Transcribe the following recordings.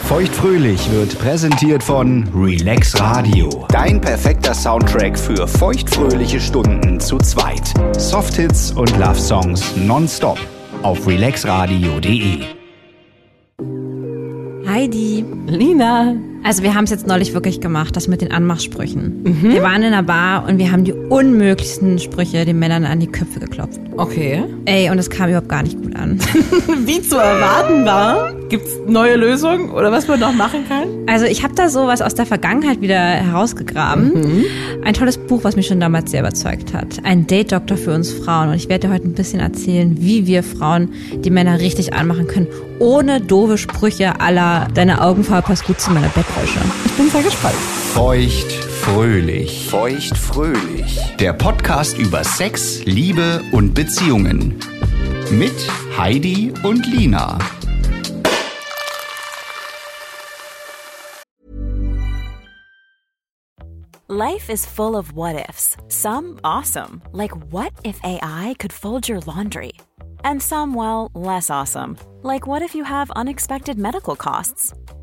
Feuchtfröhlich wird präsentiert von Relax Radio. Dein perfekter Soundtrack für feuchtfröhliche Stunden zu zweit. Softhits und Love Songs nonstop auf relaxradio.de. Heidi. Lina. Also wir haben es jetzt neulich wirklich gemacht, das mit den Anmachsprüchen. Wir waren in einer Bar und wir haben die unmöglichsten Sprüche den Männern an die Köpfe geklopft. Okay. Ey, und es kam überhaupt gar nicht gut an. Wie zu erwarten war, gibt's neue Lösungen oder was man noch machen kann? Also ich habe da sowas aus der Vergangenheit wieder herausgegraben. Ein tolles Buch, was mich schon damals sehr überzeugt hat. Ein Date-Doktor für uns Frauen. Und ich werde dir heute ein bisschen erzählen, wie wir Frauen die Männer richtig anmachen können, ohne doofe Sprüche aller deine Augenfarbe passt gut zu meiner Bettwäsche. Ich bin sehr gespannt. Feuchtfröhlich. Feuchtfröhlich. Der Podcast über Sex, Liebe und Beziehungen. Mit Heidi und Lina. Life is full of what ifs. Some awesome, like what if AI could fold your laundry? And some, well, less awesome, like what if you have unexpected medical costs?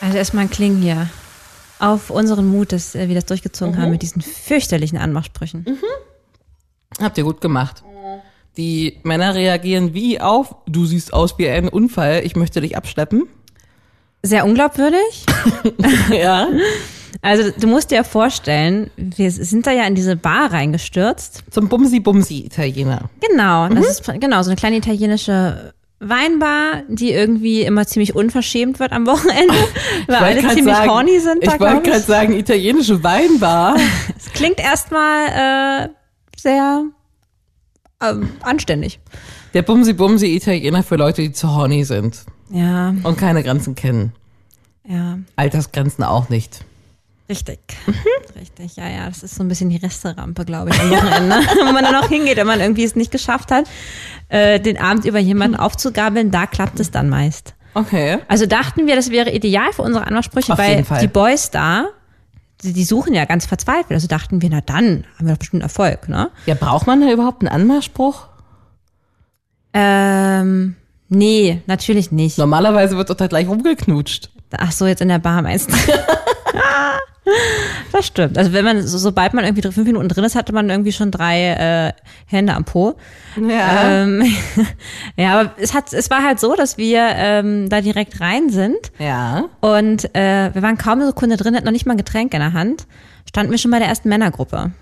Also erstmal ein Kling hier. Auf unseren Mut, dass äh, wir das durchgezogen Mhm. haben mit diesen fürchterlichen Anmachsprüchen. Habt ihr gut gemacht. Die Männer reagieren wie auf, du siehst aus wie ein Unfall, ich möchte dich abschleppen. Sehr unglaubwürdig. ja. Also du musst dir vorstellen, wir sind da ja in diese Bar reingestürzt. Zum Bumsi-Bumsi-Italiener. Genau, Mhm. das ist pr- genau so eine kleine italienische Weinbar, die irgendwie immer ziemlich unverschämt wird am Wochenende, Ah, weil alle grad ziemlich horny sind. da, Ich wollte glaub ich. gerade sagen, italienische Weinbar. Das klingt erstmal äh, sehr ähm, anständig. Der Bumsi-Bumsi-Italiener für Leute, die zu horny sind Ja, und keine Grenzen kennen. ja, Altersgrenzen auch nicht. richtig. Mhm. Richtig, ja, ja. Das ist so ein bisschen die Resterampe, glaube ich, am Wochenende, wo man dann auch hingeht, wenn man irgendwie es nicht geschafft hat, äh, den Abend über jemanden Mhm. aufzugabeln. Da klappt es dann meist. Okay. Also dachten wir, das wäre ideal für unsere Ansprüche, Auf weil jeden Fall. die Boys da, die, die suchen ja ganz verzweifelt. Also dachten wir, na dann haben wir doch bestimmt Erfolg, ne? Ja, braucht man da überhaupt einen Anmachspruch? Ähm, nee, natürlich nicht. Normalerweise wird doch da gleich rumgeknutscht. Ach so, jetzt in der Bar meinst du? das stimmt. Also wenn man, so, sobald man irgendwie fünf Minuten drin ist, hatte man irgendwie schon drei äh, Hände am Po. Ja. Ähm, ja, aber es, hat, es war halt so, dass wir ähm, da direkt rein sind ja. und äh, wir waren kaum eine Sekunde drin, hatten noch nicht mal ein Getränk in der Hand, standen wir schon bei der ersten Männergruppe.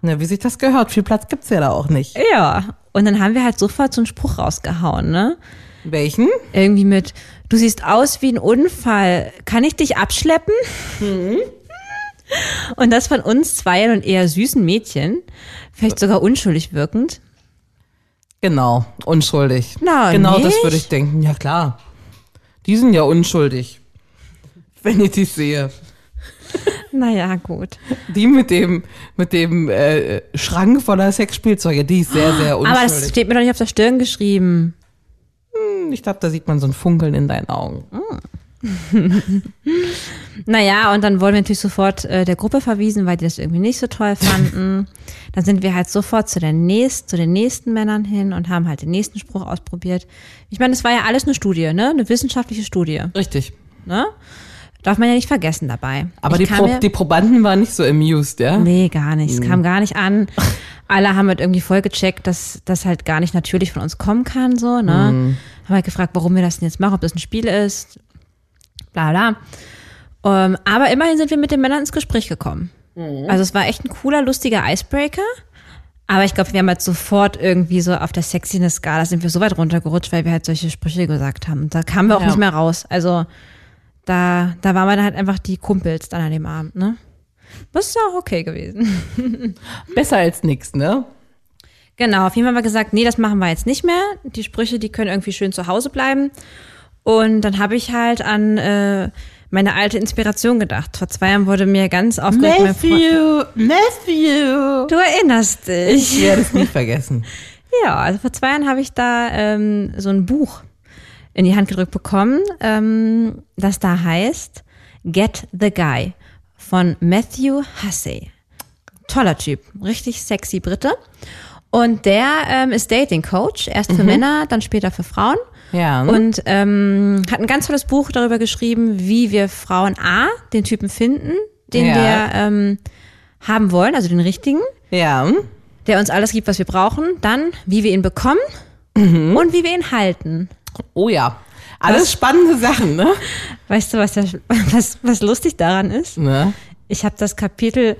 Na, wie sich das gehört. Viel Platz gibt's ja da auch nicht. Ja, und dann haben wir halt sofort so einen Spruch rausgehauen, ne? Welchen? Irgendwie mit, du siehst aus wie ein Unfall, kann ich dich abschleppen? Hm? Und das von uns zweien und eher süßen Mädchen, vielleicht sogar unschuldig wirkend. Genau. Unschuldig. Na, genau das nicht? würde ich denken. Ja, klar. Die sind ja unschuldig. Wenn ich die sehe. Naja, gut. Die mit dem, mit dem äh, Schrank voller Sexspielzeuge, die ist sehr, sehr Ah, Aber das unschuldig. steht mir doch nicht auf der Stirn geschrieben. ich glaube, da sieht man so ein Funkeln in deinen Augen. Naja, und dann wurden wir natürlich sofort äh, der Gruppe verwiesen, weil die das irgendwie nicht so toll fanden. dann sind wir halt sofort zu, der nächst, zu den nächsten Männern hin und haben halt den nächsten Spruch ausprobiert. Ich meine, es war ja alles eine Studie, ne? Eine wissenschaftliche Studie. Richtig. Ne? Darf man ja nicht vergessen dabei. Aber Ich die, kam Pro mir- die Probanden waren nicht so amused, ja? Nee, gar nicht. Es kam gar nicht an. Alle haben halt irgendwie voll gecheckt, dass das halt gar nicht natürlich von uns kommen kann, so, ne? Haben halt gefragt, warum wir das denn jetzt machen, ob das ein Spiel ist, bla bla. Ähm, aber immerhin sind wir mit den Männern ins Gespräch gekommen. Also es war echt ein cooler, lustiger Icebreaker. Aber ich glaube, wir haben halt sofort irgendwie so auf der Sexiness-Skala sind wir so weit runtergerutscht, weil wir halt solche Sprüche gesagt haben. Und da kamen wir auch Ja. nicht mehr raus. Also da, da waren wir dann halt einfach die Kumpels dann an dem Abend, ne? Das ist ja auch okay gewesen. Besser als nix, ne? Genau, auf jeden Fall haben wir gesagt, nee, das machen wir jetzt nicht mehr. Die Sprüche, die können irgendwie schön zu Hause bleiben. Und dann habe ich halt an äh, meine alte Inspiration gedacht. Vor zwei Jahren wurde mir ganz aufgeregt mein Freund. Matthew! Du erinnerst dich. Ich werde es nie vergessen. Ja, also vor zwei Jahren habe ich da ähm, so ein Buch in die Hand gedrückt bekommen, ähm, das da heißt Get the Guy von Matthew Hussey. Toller Typ, richtig sexy Brite. Und der ähm, ist Dating Coach, erst für Männer, dann später für Frauen. Ja. Und ähm, hat ein ganz tolles Buch darüber geschrieben, wie wir Frauen A, den Typen finden, den Ja. wir ähm, haben wollen, also den richtigen ja. der uns alles gibt, was wir brauchen, dann wie wir ihn bekommen und wie wir ihn halten. Oh ja. Alles spannende Sachen, ne? Weißt du, was, der, was, was lustig daran ist? ne? Ich habe das Kapitel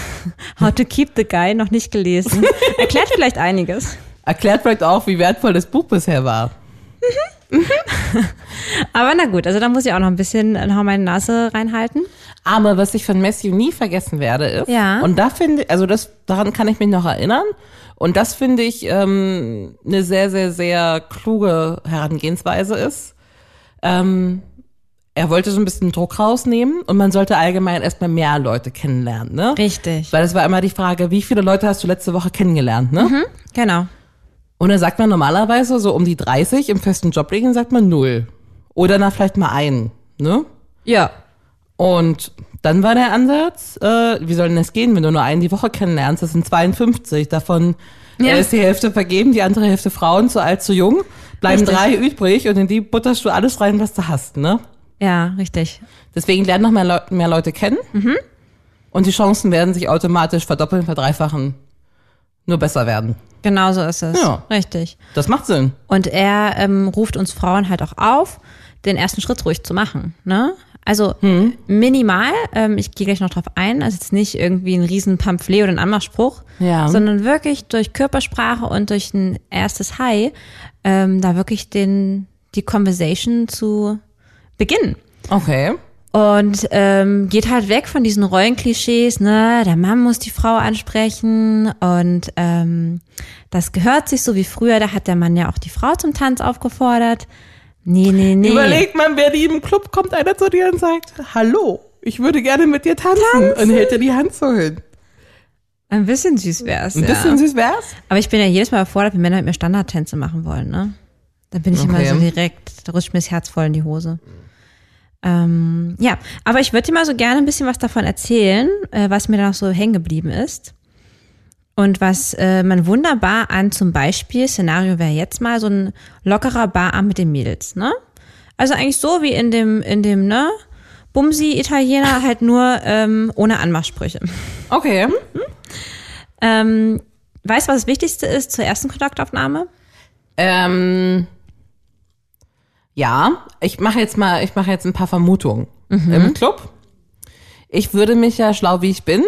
How to Keep the Guy noch nicht gelesen. Erklärt vielleicht einiges. Erklärt vielleicht auch, wie wertvoll das Buch bisher war. Aber na gut, also da muss ich auch noch ein bisschen äh, noch meine Nase reinhalten. Aber was ich von Matthew nie vergessen werde, ist, Ja. und da finde also das, daran kann ich mich noch erinnern, und das finde ich ähm, eine sehr, sehr, sehr kluge Herangehensweise ist. Ähm, er wollte so ein bisschen Druck rausnehmen und man sollte allgemein erstmal mehr Leute kennenlernen, ne? Richtig. Weil es war immer die Frage, wie viele Leute hast du letzte Woche kennengelernt, ne? Genau. Und da sagt man normalerweise so um die 30 im festen Joblegen sagt man null. Oder na vielleicht mal einen, ne? Ja. Und dann war der Ansatz, äh, wie soll denn das gehen, wenn du nur einen die Woche kennenlernst? Das sind 52. Davon Ja. äh, ist die Hälfte vergeben, die andere Hälfte Frauen, zu alt, zu jung. Bleiben Richtig. drei übrig und in die butterst du alles rein, was du hast, ne? Ja, richtig. Deswegen lernen noch mehr, Leu mehr Leute kennen. Mhm. Und die Chancen werden sich automatisch verdoppeln, verdreifachen, nur besser werden. Genau so ist es. Ja. Richtig. Das macht Sinn. Und er ähm, ruft uns Frauen halt auch auf, den ersten Schritt ruhig zu machen. Ne? Also minimal, ähm, ich gehe gleich noch drauf ein, also jetzt nicht irgendwie ein riesen Pamphlet oder ein Anmachspruch, Ja. sondern wirklich durch Körpersprache und durch ein erstes Hi, ähm, da wirklich den, die Conversation zu beginnen. Okay. Und ähm, geht halt weg von diesen Rollenklischees, ne, der Mann muss die Frau ansprechen und ähm, das gehört sich so wie früher, da hat der Mann ja auch die Frau zum Tanz aufgefordert. Nee, nee, Hm. nee. Überlegt man, wer die im Club kommt, einer zu dir und sagt, hallo, ich würde gerne mit dir tanzen. Und hält dir die Hand so hin. Ein bisschen süß wär's. Ein ja. bisschen süß wär's. Aber ich bin ja jedes Mal erfordert, wenn Männer mit mir Standardtänze machen wollen, ne? Dann bin ich immer Okay. so direkt, da rutscht mir das Herz voll in die Hose. Ähm, ja, aber ich würde dir mal so gerne ein bisschen was davon erzählen, äh, was mir da noch so hängen geblieben ist. Und was äh, man wunderbar an zum Beispiel, Szenario wäre jetzt mal so ein lockerer Bararm mit den Mädels, ne? Also eigentlich so wie in dem, in dem, ne? Bumsi-Italiener halt nur ähm, ohne Anmachsprüche. Okay. Ähm, weißt du, was das Wichtigste ist zur ersten Kontaktaufnahme? Ähm, ja, ich mache jetzt mal, ich mache jetzt ein paar Vermutungen im Club. Ich würde mich ja schlau wie ich bin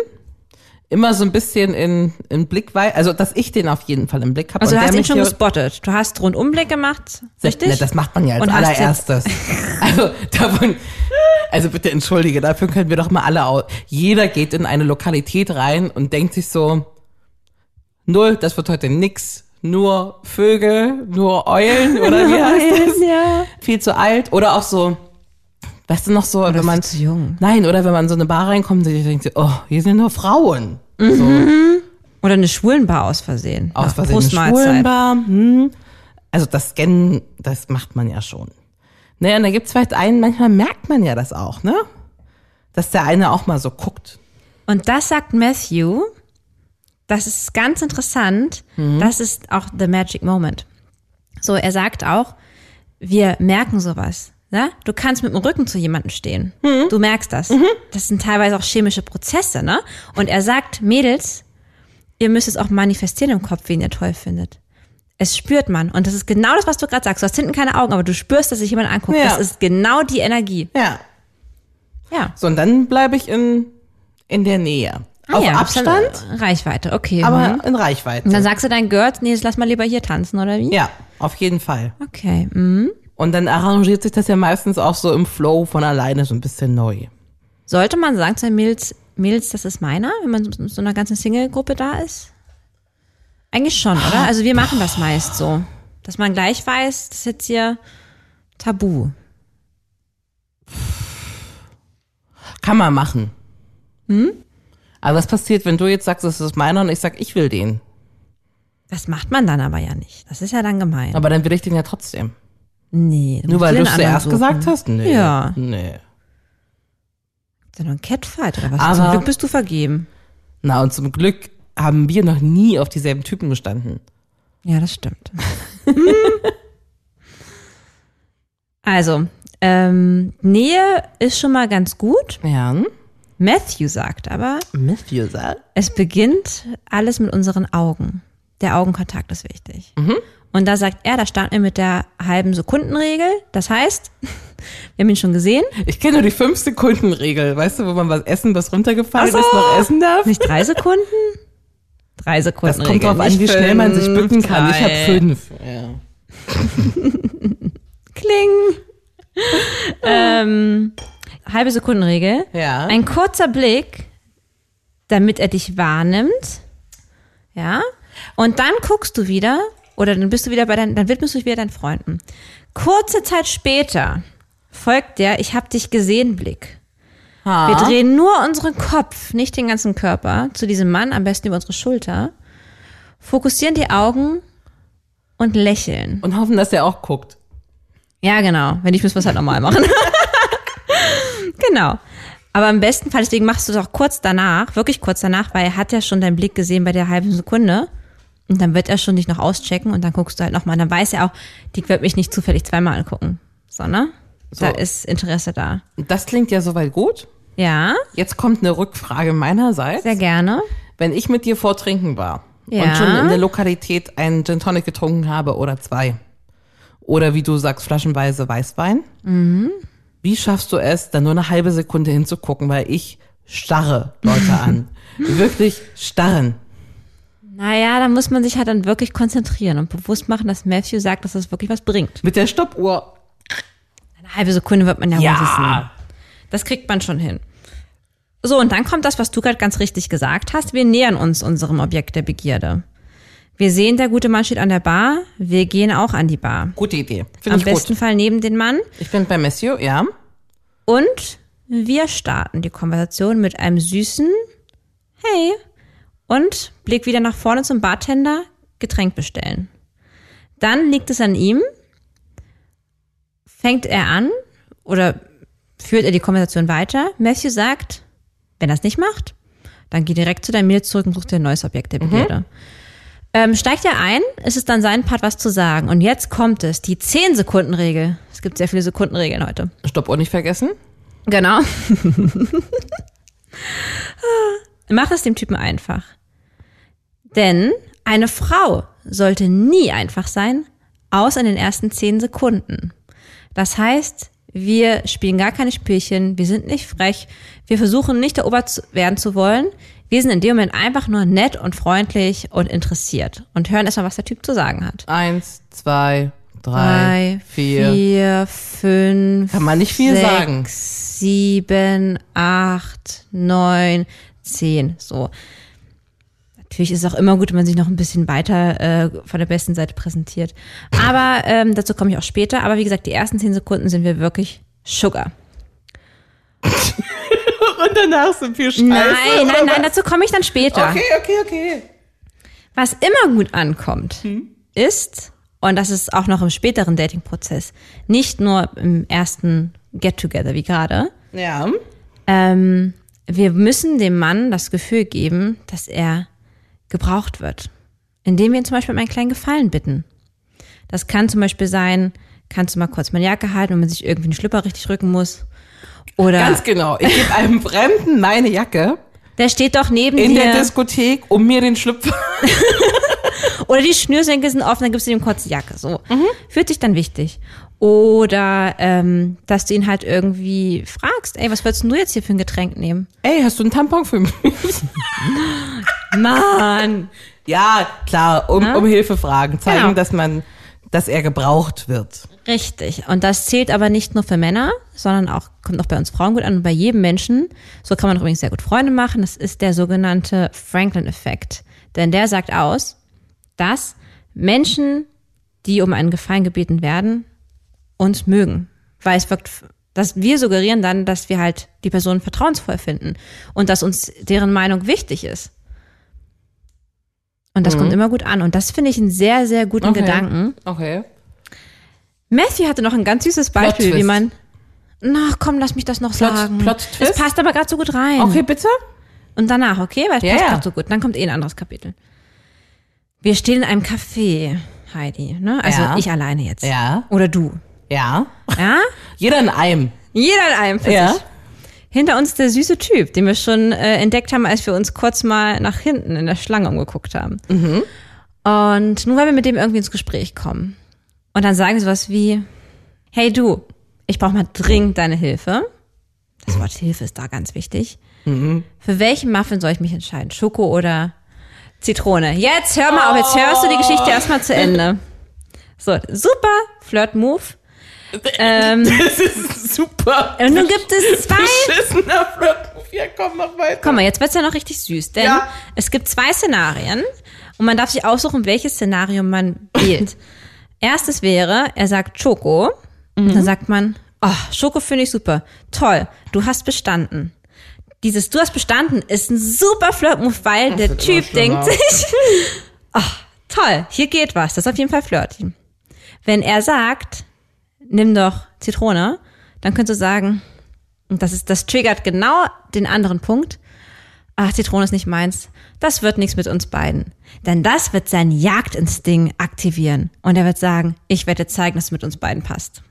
immer so ein bisschen in, in Blickweite, also dass ich den auf jeden Fall im Blick habe. Also du und der hast ihn mich schon hier- gespottet. Du hast Rundumblick gemacht, richtig? Ne, das macht man ja als Und hast jetzt- allererstes. Also davon, also bitte entschuldige, dafür können wir doch mal alle aus. Jeder geht in eine Lokalität rein und denkt sich so, null, das wird heute nix. Nur Vögel, nur Eulen oder wie heißt das? ja. viel zu alt oder auch so, weißt du noch so, wenn man viel zu jung. Nein, oder wenn man in so eine Bar reinkommt, sich denkt sie, oh, hier sind nur Frauen. Oder eine Schwulenbar aus Versehen. Aus Nach Versehen eine Brustmahlzeit. Schwulenbar. Hm. Also das Scannen, das macht man ja schon. Naja, und da gibt's vielleicht einen, manchmal merkt man ja das auch, ne? Dass der eine auch mal so guckt. Und das sagt Matthew. Das ist ganz interessant. Mhm. Das ist auch the magic moment. So, er sagt auch, wir merken sowas. Ne? Du kannst mit dem Rücken zu jemandem stehen. Mhm. Du merkst das. Das sind teilweise auch chemische Prozesse. Ne? Und er sagt, Mädels, ihr müsst es auch manifestieren im Kopf, wen ihr toll findet. Es spürt man. Und das ist genau das, was du gerade sagst. Du hast hinten keine Augen, aber du spürst, dass sich jemand anguckt. Ja. Das ist genau die Energie. Ja. Ja. So, und dann bleibe ich in, in der Nähe. Ah Auf ja, Abstand, Reichweite, okay. aber mhm. in Reichweite. Und dann sagst du deinen Girls, nee, das lass mal lieber hier tanzen, oder wie? ja, auf jeden Fall. Okay. Mhm. Und dann arrangiert sich das ja meistens auch so im Flow von alleine so ein bisschen neu. Sollte man sagen zu den Mädels, Mädels, das ist meiner, wenn man mit so einer ganzen Single-Gruppe da ist? Eigentlich schon, oder? Also wir machen das meist so. Dass man gleich weiß, das ist jetzt hier tabu. Kann man machen. Hm? Aber was passiert, wenn du jetzt sagst, das ist meiner und ich sag, ich will den? Das macht man dann aber ja nicht. Das ist ja dann gemein. Aber dann will ich den ja trotzdem. nee. dann Nur musst weil du den es anderen zuerst suchen. gesagt hast? Nee. Ja. Nee. Dann ein Catfight oder was? Aber- Zum Glück bist du vergeben. Na, und zum Glück haben wir noch nie auf dieselben Typen gestanden. Ja, das stimmt. also, ähm, Nähe ist schon mal ganz gut. Ja. Matthew sagt aber, Matthew sagt. es beginnt alles mit unseren Augen. Der Augenkontakt ist wichtig. Mhm. Und da sagt er, da starten wir mit der halben Sekundenregel. Das heißt, wir haben ihn schon gesehen, Ich kenne nur die 5-Sekunden-Regel, weißt du, wo man was essen, was runtergefallen Ach so. ist, noch essen darf? nicht drei Sekunden. Drei Das Sekunden. kommt drauf an, wie schnell man sich bücken kann. Ich habe fünf. Ja. Kling. ähm, halbe Sekundenregel. Ja. Ein kurzer Blick, damit er dich wahrnimmt. Ja. Und dann guckst du wieder, oder dann bist du wieder bei deinen, dann widmest du dich wieder deinen Freunden. Kurze Zeit später folgt der Ich hab dich gesehen Blick. Wir drehen nur unseren Kopf, nicht den ganzen Körper, zu diesem Mann, am besten über unsere Schulter, fokussieren die Augen und lächeln. Und hoffen, dass er auch guckt. Ja, genau. Wenn nicht, müssen wir es halt nochmal machen. genau. Aber im besten Fall, deswegen machst du es auch kurz danach, wirklich kurz danach, weil er hat ja schon deinen Blick gesehen bei der halben Sekunde. Und dann wird er schon dich noch auschecken und dann guckst du halt nochmal. Dann weiß er auch, die wird mich nicht zufällig zweimal angucken. Sondern da So. ist Interesse da. Und Das klingt ja soweit gut. Ja, Jetzt kommt eine Rückfrage meinerseits. sehr gerne. Wenn ich mit dir vor Trinken war Ja. und schon in der Lokalität einen Gin Tonic getrunken habe oder zwei, oder wie du sagst, flaschenweise Weißwein, Mhm. wie schaffst du es, dann nur eine halbe Sekunde hinzugucken, weil ich starre Leute an. Wirklich starren. Naja, da muss man sich halt dann wirklich konzentrieren und bewusst machen, dass Matthew sagt, dass das wirklich was bringt. Mit der Stoppuhr. Eine halbe Sekunde wird man ja, wohl wissen. Das kriegt man schon hin. So, und dann kommt das, was du gerade ganz richtig gesagt hast. Wir nähern uns unserem Objekt der Begierde. Wir sehen, der gute Mann steht an der Bar. Wir gehen auch an die Bar. Gute Idee. Finde Am ich besten gut. Fall neben den Mann. Ich bin bei Monsieur, ja. Und wir starten die Konversation mit einem süßen Hey und Blick wieder nach vorne zum Bartender, Getränk bestellen. Dann liegt es an ihm, fängt er an oder führt er die Konversation weiter. Matthew sagt, wenn er es nicht macht, dann geh direkt zu deinem Mädel zurück und such dir ein neues Objekt der Begierde. Ähm, steigt er ein, ist es dann sein Part, was zu sagen. Und jetzt kommt es, die 10-Sekunden-Regel. Es gibt sehr viele Sekundenregeln heute. Stoppuhr nicht vergessen. Genau. Mach es dem Typen einfach. Denn eine Frau sollte nie einfach sein, außer in den ersten zehn Sekunden. Das heißt, wir spielen gar keine Spielchen, wir sind nicht frech, wir versuchen nicht erobert zu- werden zu wollen. Wir sind in dem Moment einfach nur nett und freundlich und interessiert und hören erstmal, was der Typ zu sagen hat. Eins, zwei, drei, Drei, vier. vier, fünf. Kann man nicht viel sechs, sagen. Sieben, acht, neun, zehn. So. Natürlich ist es auch immer gut, wenn man sich noch ein bisschen weiter äh, von der besten Seite präsentiert. Aber ähm, dazu komme ich auch später. Aber wie gesagt, die ersten zehn Sekunden sind wir wirklich Sugar. Und danach sind wir scheiße. Nein, nein, nein, dazu komme ich dann später. Okay, okay, okay. Was immer gut ankommt, ist Und das ist auch noch im späteren Dating-Prozess. Nicht nur im ersten Get-Together wie gerade. Ja. Ähm, wir müssen dem Mann das Gefühl geben, dass er gebraucht wird. Indem wir ihn zum Beispiel um einen kleinen Gefallen bitten. Das kann zum Beispiel sein, kannst du mal kurz meine Jacke halten, wenn man sich irgendwie einen Schlüpper richtig rücken muss. Oder Ganz genau. Ich gebe einem Fremden meine Jacke der steht doch neben in der dir. Diskothek, um mir den Schlüpfer. Oder die Schnürsenkel sind offen, dann gibst du ihm kurz die Jacke. So. Mhm. Fühlt sich dann wichtig. Oder ähm, dass du ihn halt irgendwie fragst, ey, was würdest denn du jetzt hier für ein Getränk nehmen? Ey, hast du einen Tampon für mich? Mann! Ja, klar, um, um Hilfe fragen, zeigen, Genau. dass man, dass er gebraucht wird. Richtig. Und das zählt aber nicht nur für Männer, sondern auch, kommt auch bei uns Frauen gut an und bei jedem Menschen. So kann man übrigens sehr gut Freunde machen. Das ist der sogenannte Franklin-Effekt. Denn der sagt aus, dass Menschen, die um einen Gefallen gebeten werden, uns mögen. Weil es wirkt, dass wir suggerieren dann, dass wir halt die Person vertrauensvoll finden und dass uns deren Meinung wichtig ist. Und das kommt immer gut an. Und das finde ich einen sehr, sehr guten Gedanken. Okay. Matthew hatte noch ein ganz süßes Beispiel, Plot-Twist. wie man. Na komm, lass mich das noch Plot- sagen. Plot-Twist? Das passt aber gerade so gut rein. Okay, bitte? Und danach, okay? Weil es Ja, passt ja. gerade so gut. Dann kommt eh ein anderes Kapitel. Wir stehen in einem Café, Heidi. Ne? Also Ja. ich alleine jetzt. Ja. Oder du. Ja. Ja? Jeder in einem. Jeder in einem für sich. Hinter uns der süße Typ, den wir schon äh, entdeckt haben, als wir uns kurz mal nach hinten in der Schlange umgeguckt haben. Und nur weil wir mit dem irgendwie ins Gespräch kommen. Und dann sagen sie sowas wie, hey du, ich brauche mal dringend deine Hilfe. Das Wort Hilfe ist da ganz wichtig. Für welchen Muffin soll ich mich entscheiden? Schoko oder Zitrone? Jetzt hör mal auf, jetzt hörst du die Geschichte erstmal zu Ende. So, super Flirt-Move. Ähm, Das ist super. Und nun gibt es zwei Beschissener Flirtmove. Ja, komm, mach weiter. Komm mal, jetzt wird's ja noch richtig süß, denn Ja. es gibt zwei Szenarien und man darf sich aussuchen, welches Szenario man wählt. Erstes wäre, er sagt Schoko, dann sagt man, oh, Schoko finde ich super, toll, du hast bestanden. Dieses Du hast bestanden ist ein super Flirt-Move, weil der Typ denkt sich, oh, toll, hier geht was, das ist auf jeden Fall Flirty. Wenn er sagt, nimm doch Zitrone, dann könntest du sagen, und das ist, das triggert genau den anderen Punkt. Ach, Zitrone ist nicht meins. Das wird nichts mit uns beiden. Denn das wird seinen Jagdinstinkt aktivieren. Und er wird sagen, ich werde dir zeigen, dass es mit uns beiden passt.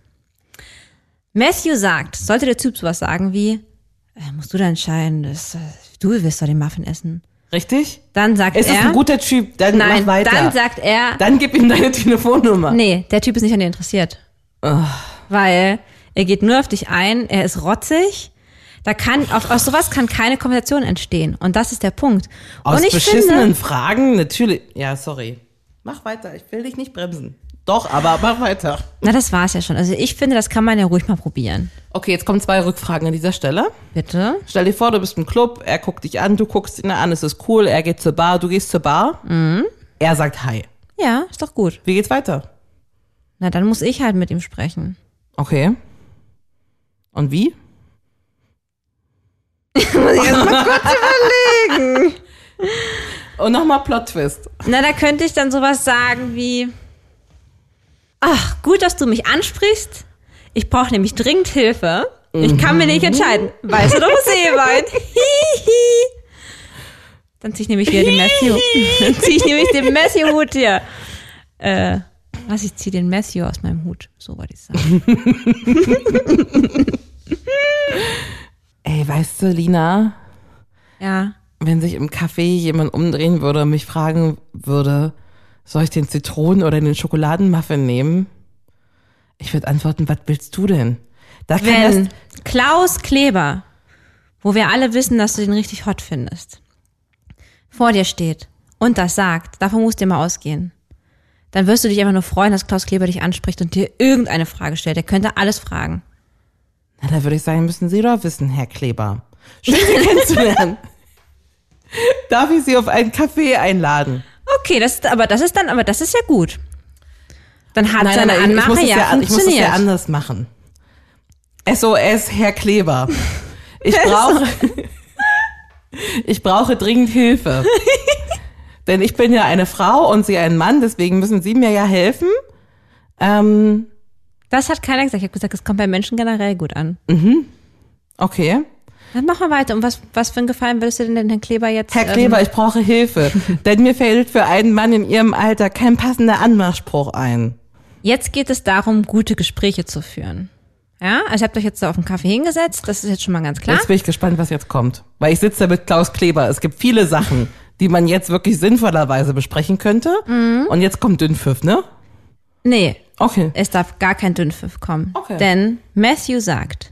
Matthew sagt, sollte der Typ sowas sagen wie, äh, musst du da entscheiden, das, äh, du willst doch den Muffin essen. Richtig? Dann sagt Es er, ist ein guter Typ, dann nein, mach weiter. dann sagt er, Dann gib ihm deine Telefonnummer. Nee, der Typ ist nicht an dir interessiert. Oh. Weil er geht nur auf dich ein, er ist rotzig. Da kann, auf, aus sowas kann keine Konversation entstehen. Und das ist der Punkt. Aus und ich beschissenen finde, Fragen natürlich. Ja, sorry. Mach weiter, ich will dich nicht bremsen. Doch, aber mach weiter. na, das war's ja schon. Also ich finde, das kann man ja ruhig mal probieren. Okay, jetzt kommen zwei Rückfragen an dieser Stelle. Bitte? Stell dir vor, du bist im Club, er guckt dich an, du guckst ihn an, es ist cool, er geht zur Bar, du gehst zur Bar. Er sagt Hi. Ja, ist doch gut. Wie geht's weiter? Na, dann muss ich halt mit ihm sprechen. Okay. Und wie? Und nochmal Plot-Twist. Na, da könnte ich dann sowas sagen wie, ach, gut, dass du mich ansprichst. Ich brauche nämlich dringend Hilfe. Ich kann mir nicht entscheiden. Weißt du, du musst eh wein. Hihi. Dann zieh ich nämlich wieder den Matthew. Dann zieh ich nämlich den Matthew-Hut hier. Äh, was, ich zieh den Matthew aus meinem Hut. So wollte ich sagen. Ey, weißt du, Lina, Ja. wenn sich im Café jemand umdrehen würde und mich fragen würde, soll ich den Zitronen- oder den Schokoladenmuffin nehmen? Ich würde antworten, was willst du denn? Da kann Wenn das, Klaus Kleber, wo wir alle wissen, dass du den richtig hot findest, vor dir steht und das sagt, davon musst du immer ausgehen, dann wirst du dich einfach nur freuen, dass Klaus Kleber dich anspricht und dir irgendeine Frage stellt. Er könnte alles fragen. na, da würde ich sagen, müssen Sie doch wissen, Herr Kleber. Schön, Sie kennenzulernen. Darf ich Sie auf einen Kaffee einladen? Okay, das ist, aber das ist dann, aber das ist ja gut. Dann hat seine ich- ich, muss Anmache es ja, ja, ich muss es funktioniert. ja anders machen. SOS, Herr Kleber. Ich brauche, ich brauche dringend Hilfe. Denn ich bin ja eine Frau und Sie ein Mann, deswegen müssen Sie mir ja helfen. Ähm, Das hat keiner gesagt. Ich habe gesagt, es kommt bei Menschen generell gut an. okay. Dann machen wir weiter. Und was, was für einen Gefallen würdest du denn den Herrn Kleber jetzt? ähm, Herr Kleber, ich brauche Hilfe, denn mir fällt für einen Mann in Ihrem Alter kein passender Anmachspruch ein. Jetzt geht es darum, gute Gespräche zu führen. Ja, also ich habt euch jetzt da auf den Kaffee hingesetzt, das ist jetzt schon mal ganz klar. Jetzt bin ich gespannt, was jetzt kommt. Weil ich sitze da mit Klaus Kleber. Es gibt viele Sachen, die man jetzt wirklich sinnvollerweise besprechen könnte. Mhm. Und jetzt kommt Dünnpfiff, ne? Nee, Okay. es darf gar kein Dünnpfiff kommen. Okay. Denn Matthew sagt,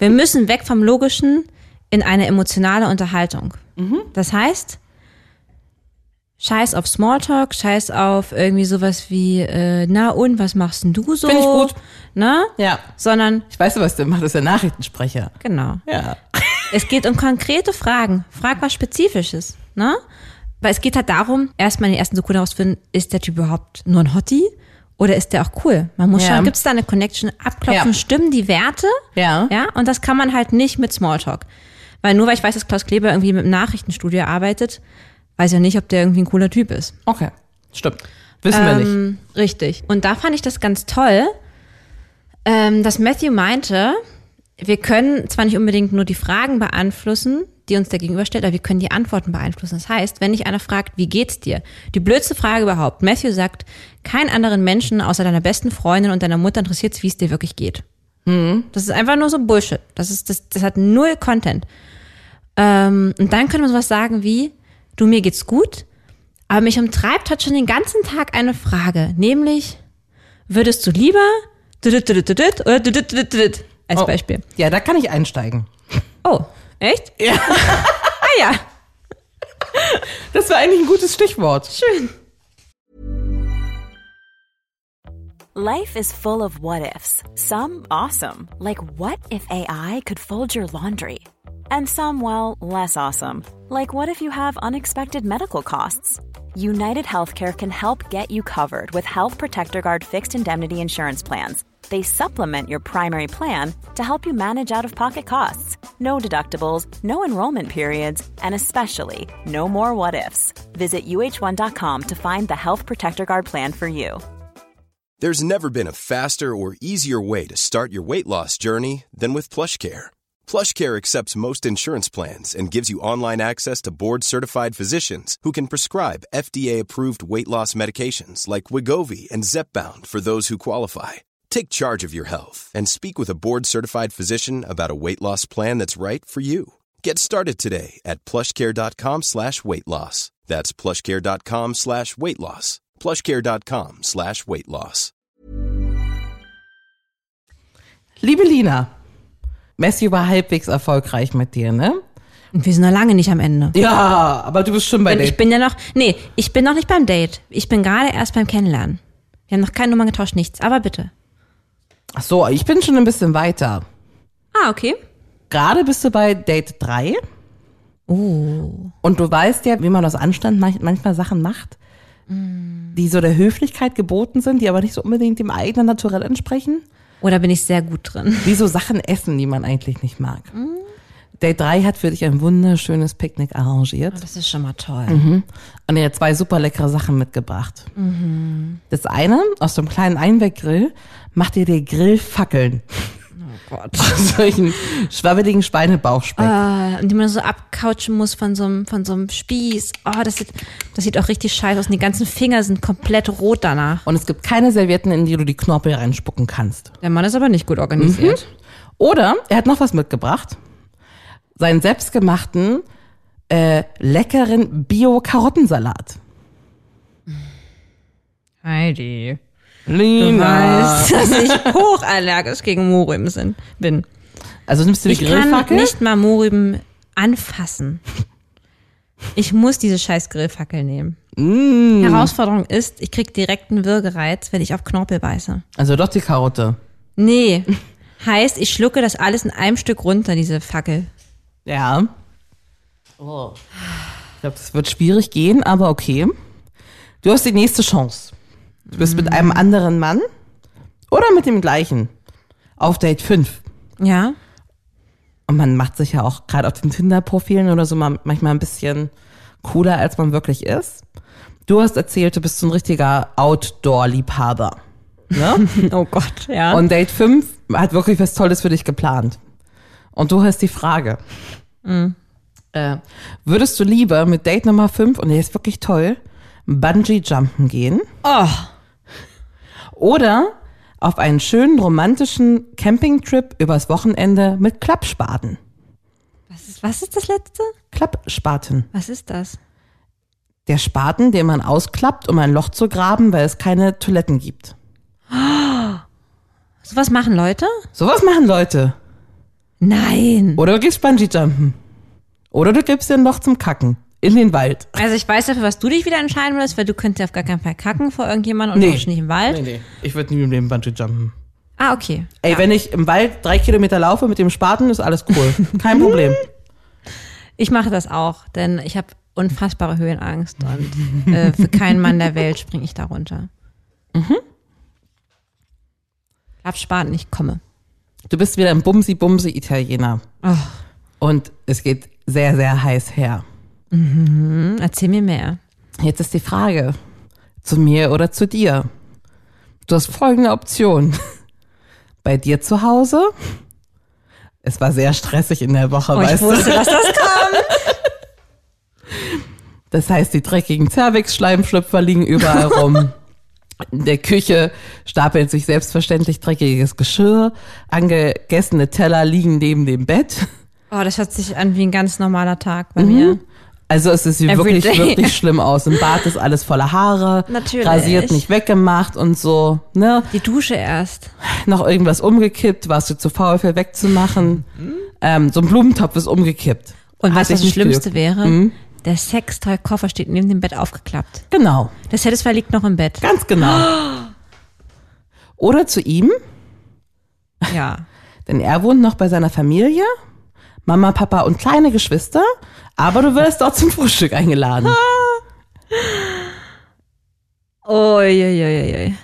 wir müssen weg vom Logischen in eine emotionale Unterhaltung. Mhm. Das heißt, scheiß auf Smalltalk, scheiß auf irgendwie sowas wie, äh, na und, was machst denn du so? Find ich gut. Na? Ja. Sondern, Ich weiß, was der macht, das ist der Nachrichtensprecher. genau. Ja. Es geht um konkrete Fragen. Frag was Spezifisches, ne? Weil es geht halt darum, erstmal in den ersten Sekunden herauszufinden, ist der Typ überhaupt nur ein Hottie oder ist der auch cool? Man muss Ja. schauen, gibt es da eine Connection? Abklopfen, Ja. stimmen die Werte? Ja. Ja, und das kann man halt nicht mit Smalltalk. Weil nur weil ich weiß, dass Klaus Kleber irgendwie mit dem Nachrichtenstudio arbeitet, weiß ich ja nicht, ob der irgendwie ein cooler Typ ist. Okay. Stimmt. Wissen wir nicht. Ähm, Richtig. Und da fand ich das ganz toll, ähm, dass Matthew meinte, wir können zwar nicht unbedingt nur die Fragen beeinflussen, die uns der Gegenüber stellt, aber wir können die Antworten beeinflussen. Das heißt, wenn dich einer fragt, wie geht's dir? Die blödste Frage überhaupt. Matthew sagt, kein anderen Menschen außer deiner besten Freundin und deiner Mutter interessiert es, wie es dir wirklich geht. Mhm. Das ist einfach nur so Bullshit. Das ist, das, das hat null Content. Ähm, und dann können wir sowas sagen wie, du, mir geht's gut, aber mich umtreibt hat schon den ganzen Tag eine Frage, nämlich, würdest du lieber düdüt, düdüt, düdüt, oder düdüt, düdüt, düdüt, als Oh. Beispiel? Ja, da kann ich einsteigen. Oh, echt? Ja. ah ja. Das war eigentlich ein gutes Stichwort. Schön. Life is full of what ifs. Some awesome, like what if AI could fold your laundry? And some, well, less awesome, like what if you have unexpected medical costs? United Healthcare can help get you covered with Health Protector Guard fixed indemnity insurance plans. They supplement your primary plan to help you manage out of pocket costs. No deductibles, no enrollment periods, and especially no more what ifs. Visit uh1.com to find the Health Protector Guard plan for you. There's never been a faster or easier way to start your weight loss journey than with PlushCare. PlushCare accepts most insurance plans and gives you online access to board-certified physicians who can prescribe FDA-approved weight loss medications like Wigovi and Zepbound for those who qualify. Take charge of your health and speak with a board-certified physician about a weight loss plan that's right for you. Get started today at plushcare.com slash weight loss. That's plushcare.com slash weight loss. plushcare.com slash weight loss. Liebe Lina, Messi war halbwegs erfolgreich mit dir, ne? Und wir sind noch lange nicht am Ende. Ja, aber du bist schon bei Denn ich den. bin ja noch, nee, ich bin noch nicht beim Date. Ich bin gerade erst beim Kennenlernen. Wir haben noch keine Nummer getauscht, nichts, aber bitte. Ach so, ich bin schon ein bisschen weiter. Ah, okay. Gerade bist du bei Date 3. Oh. Und du weißt ja, wie man aus Anstand manch- manchmal Sachen macht, die so der Höflichkeit geboten sind, die aber nicht so unbedingt dem eigenen Naturell entsprechen. Oder bin ich sehr gut drin? Wie so Sachen essen, die man eigentlich nicht mag. Date 3 hat für dich ein wunderschönes Picknick arrangiert. Das ist schon mal toll. Und er hat zwei super leckere Sachen mitgebracht. Das eine, aus dem kleinen Einweggrill, macht ihr dir Grillfackeln. Oh Gott. Aus solchen schwabbeligen Schweinebauchspeck. Und die man so abkautschen muss von so einem, von so einem Spieß. Oh, das sieht, das sieht auch richtig scheiße aus. Und die ganzen Finger sind komplett rot danach. Und es gibt keine Servietten, in die du die Knorpel reinspucken kannst. Der Mann ist aber nicht gut organisiert. Oder er hat noch was mitgebracht. Seinen selbstgemachten, äh, leckeren Bio-Karottensalat. Mhm. Heidi. Du Lina. weißt, dass ich hochallergisch gegen Mohrrüben sind, bin. Also nimmst du die Ich kann Grillfackel? nicht mal Mohrrüben anfassen. Ich muss diese scheiß Grillfackel nehmen. Mm. Herausforderung ist, ich krieg direkten Würgereiz, wenn ich auf Knorpel beiße. Also doch die Karotte. Nee. heißt, ich schlucke das alles in einem Stück runter, diese Fackel. Ja. Oh. Ich glaube, das wird schwierig gehen, aber okay. Du hast die nächste Chance. Du bist Mhm. mit einem anderen Mann oder mit dem gleichen auf Date 5. Ja? Und man macht sich ja auch gerade auf den Tinder-Profilen oder so mal, manchmal ein bisschen cooler, als man wirklich ist. Du hast erzählt, du bist so ein richtiger Outdoor-Liebhaber. Ne? Oh Gott, ja. Und Date 5 hat wirklich was Tolles für dich geplant. Und du hast die Frage. Mhm. Äh, würdest du lieber mit Date Nummer 5, und der ist wirklich toll, Bungee jumpen gehen? oh, Oder auf einen schönen romantischen Campingtrip übers Wochenende mit Klappspaten. was ist, was ist das letzte? Klappspaten. Was ist das? Der Spaten, den man ausklappt, um ein Loch zu graben, weil es keine Toiletten gibt. Sowas machen Leute? Sowas machen Leute. Nein. Oder du gehst Bungee-Jumpen. Oder du gibst dir ein Loch zum Kacken. In den Wald. Also ich weiß dafür, was du dich wieder entscheiden würdest, weil du könntest ja auf gar keinen Fall kacken vor irgendjemandem und Nee. nee. nicht im Wald. nee. Ich würde nie im Leben Bungee-Jumpen. Ah, okay. Ey, wenn ich im Wald drei Kilometer laufe mit dem Spaten, ist alles cool. Kein Problem. Ich mache das auch, denn ich habe unfassbare Höhenangst und äh, für keinen Mann der Welt springe ich da runter. Mhm. Abspaten, ich komme. Du bist wieder ein Bumsi-Bumsi-Italiener. Und es geht sehr, sehr heiß her. Hm, Erzähl mir mehr. Jetzt ist die Frage, zu mir oder zu dir? Du hast folgende Option. Bei dir zu Hause? Es war sehr stressig in der Woche, Oh, ich weißt du? wusste, dass das kommt. Das heißt, die dreckigen Zervix-Schleimschlüpfer liegen überall rum. In der Küche stapeln sich selbstverständlich dreckiges Geschirr. Angegessene Teller liegen neben dem Bett. Oh, das hört sich an wie ein ganz normaler Tag bei mir. Also es sieht Every wirklich, day. wirklich schlimm aus. Im Bad ist alles voller Haare. Natürlich. Rasiert, nicht weggemacht und so. Ne? Die Dusche erst. Noch irgendwas umgekippt, warst du zu faul für wegzumachen. Ähm, so ein Blumentopf ist umgekippt. Und Hat was dich das nicht Hm? Schlimmste gejuckt. wäre, der Sextoy-Koffer steht neben dem Bett aufgeklappt. Genau. Der Satisfy liegt noch im Bett. Ganz genau. Oder zu ihm, Ja. denn er wohnt noch bei seiner Familie, Mama, Papa und kleine Geschwister, aber du wirst dort zum Frühstück eingeladen. Uiuiuiui.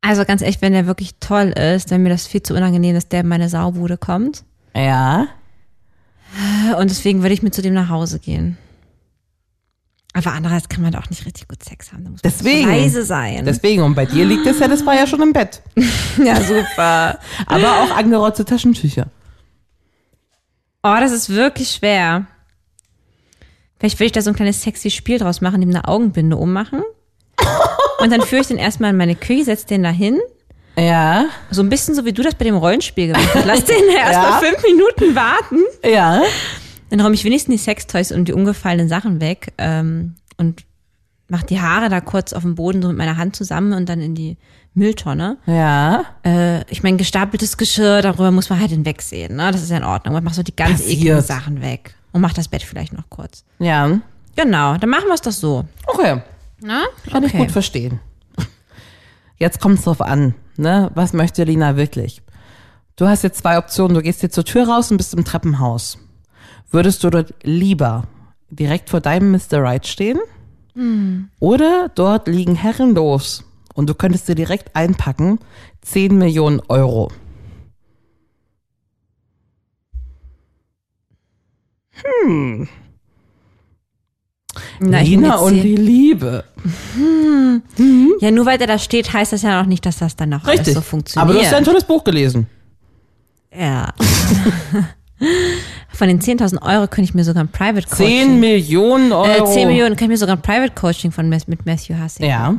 Also ganz echt, wenn der wirklich toll ist, wenn mir das viel zu unangenehm ist, der in meine Saubude kommt. Ja. Und deswegen würde ich mit zu dem nach Hause gehen. Aber andererseits kann man da auch nicht richtig gut Sex haben. Da muss man Deswegen. so leise sein. Deswegen, und bei dir liegt der Satisfier ja schon im Bett. ja, super. Aber auch angerotzte Taschentücher. Oh, das ist wirklich schwer. Vielleicht würde ich da so ein kleines sexy Spiel draus machen, ihm eine Augenbinde ummachen. Und dann führe ich den erstmal in meine Küche, setze den da hin Ja. So ein bisschen so wie du das bei dem Rollenspiel gemacht hast. Lass den erstmal Ja. fünf Minuten warten. Ja. Dann räume ich wenigstens die Sextoys und die ungefallenen Sachen weg ähm, und mach die Haare da kurz auf dem Boden so mit meiner Hand zusammen und dann in die Mülltonne. Ja. Äh, ich meine, gestapeltes Geschirr, darüber muss man halt hinwegsehen. Ne? Das ist ja in Ordnung. Man macht so die ganz Passiert. ekligen Sachen weg und macht das Bett vielleicht noch kurz. Ja. Genau, dann machen wir es doch so. Okay. Ne? Kann ich gut verstehen. Jetzt kommt es drauf an, ne? Was möchte Lina wirklich? Du hast jetzt zwei Optionen. Du gehst jetzt zur Tür raus und bist im Treppenhaus. Würdest du dort lieber direkt vor deinem Mr. Right stehen? Hm. Oder dort liegen Herren los und du könntest dir direkt einpacken 10 Millionen Euro. Na, ich Lina bin jetzt und hier- die Liebe. ja, nur weil der da steht, heißt das ja noch nicht, dass das dann auch alles Richtig. so funktioniert. Aber du hast ja ein tolles Buch gelesen. Ja. Von den 10.000 Euro könnte ich mir sogar ein Private 10 Coaching. Millionen äh, Euro. 10 Millionen könnte ich mir sogar ein Private Coaching von Mas- mit Matthew Hussey. Ja.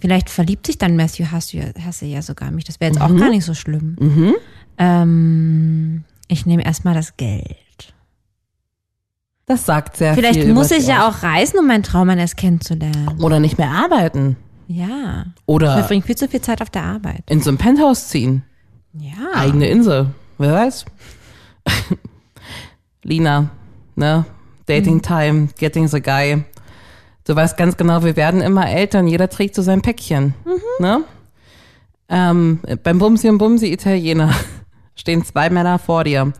Vielleicht verliebt sich dann Matthew Hussey, Hussey ja sogar in mich. Das wäre jetzt Mhm. auch gar nicht so schlimm. Ähm, ich nehme erstmal das Geld. Das sagt sehr viel. Vielleicht muss über ich sie ja auch reisen, um meinen Traummann erst kennenzulernen. aus. Oder nicht mehr arbeiten. Ja. Ich Oder verbringe viel zu viel Zeit auf der Arbeit. in so ein Penthouse ziehen. Ja. Eigene Insel. Wer weiß. Lina, ne? Dating Time, getting the guy. Du weißt ganz genau, wir werden immer älter und jeder trägt so sein Päckchen. Ne? Ähm, beim Bumsi und Bumsi Italiener stehen zwei Männer vor dir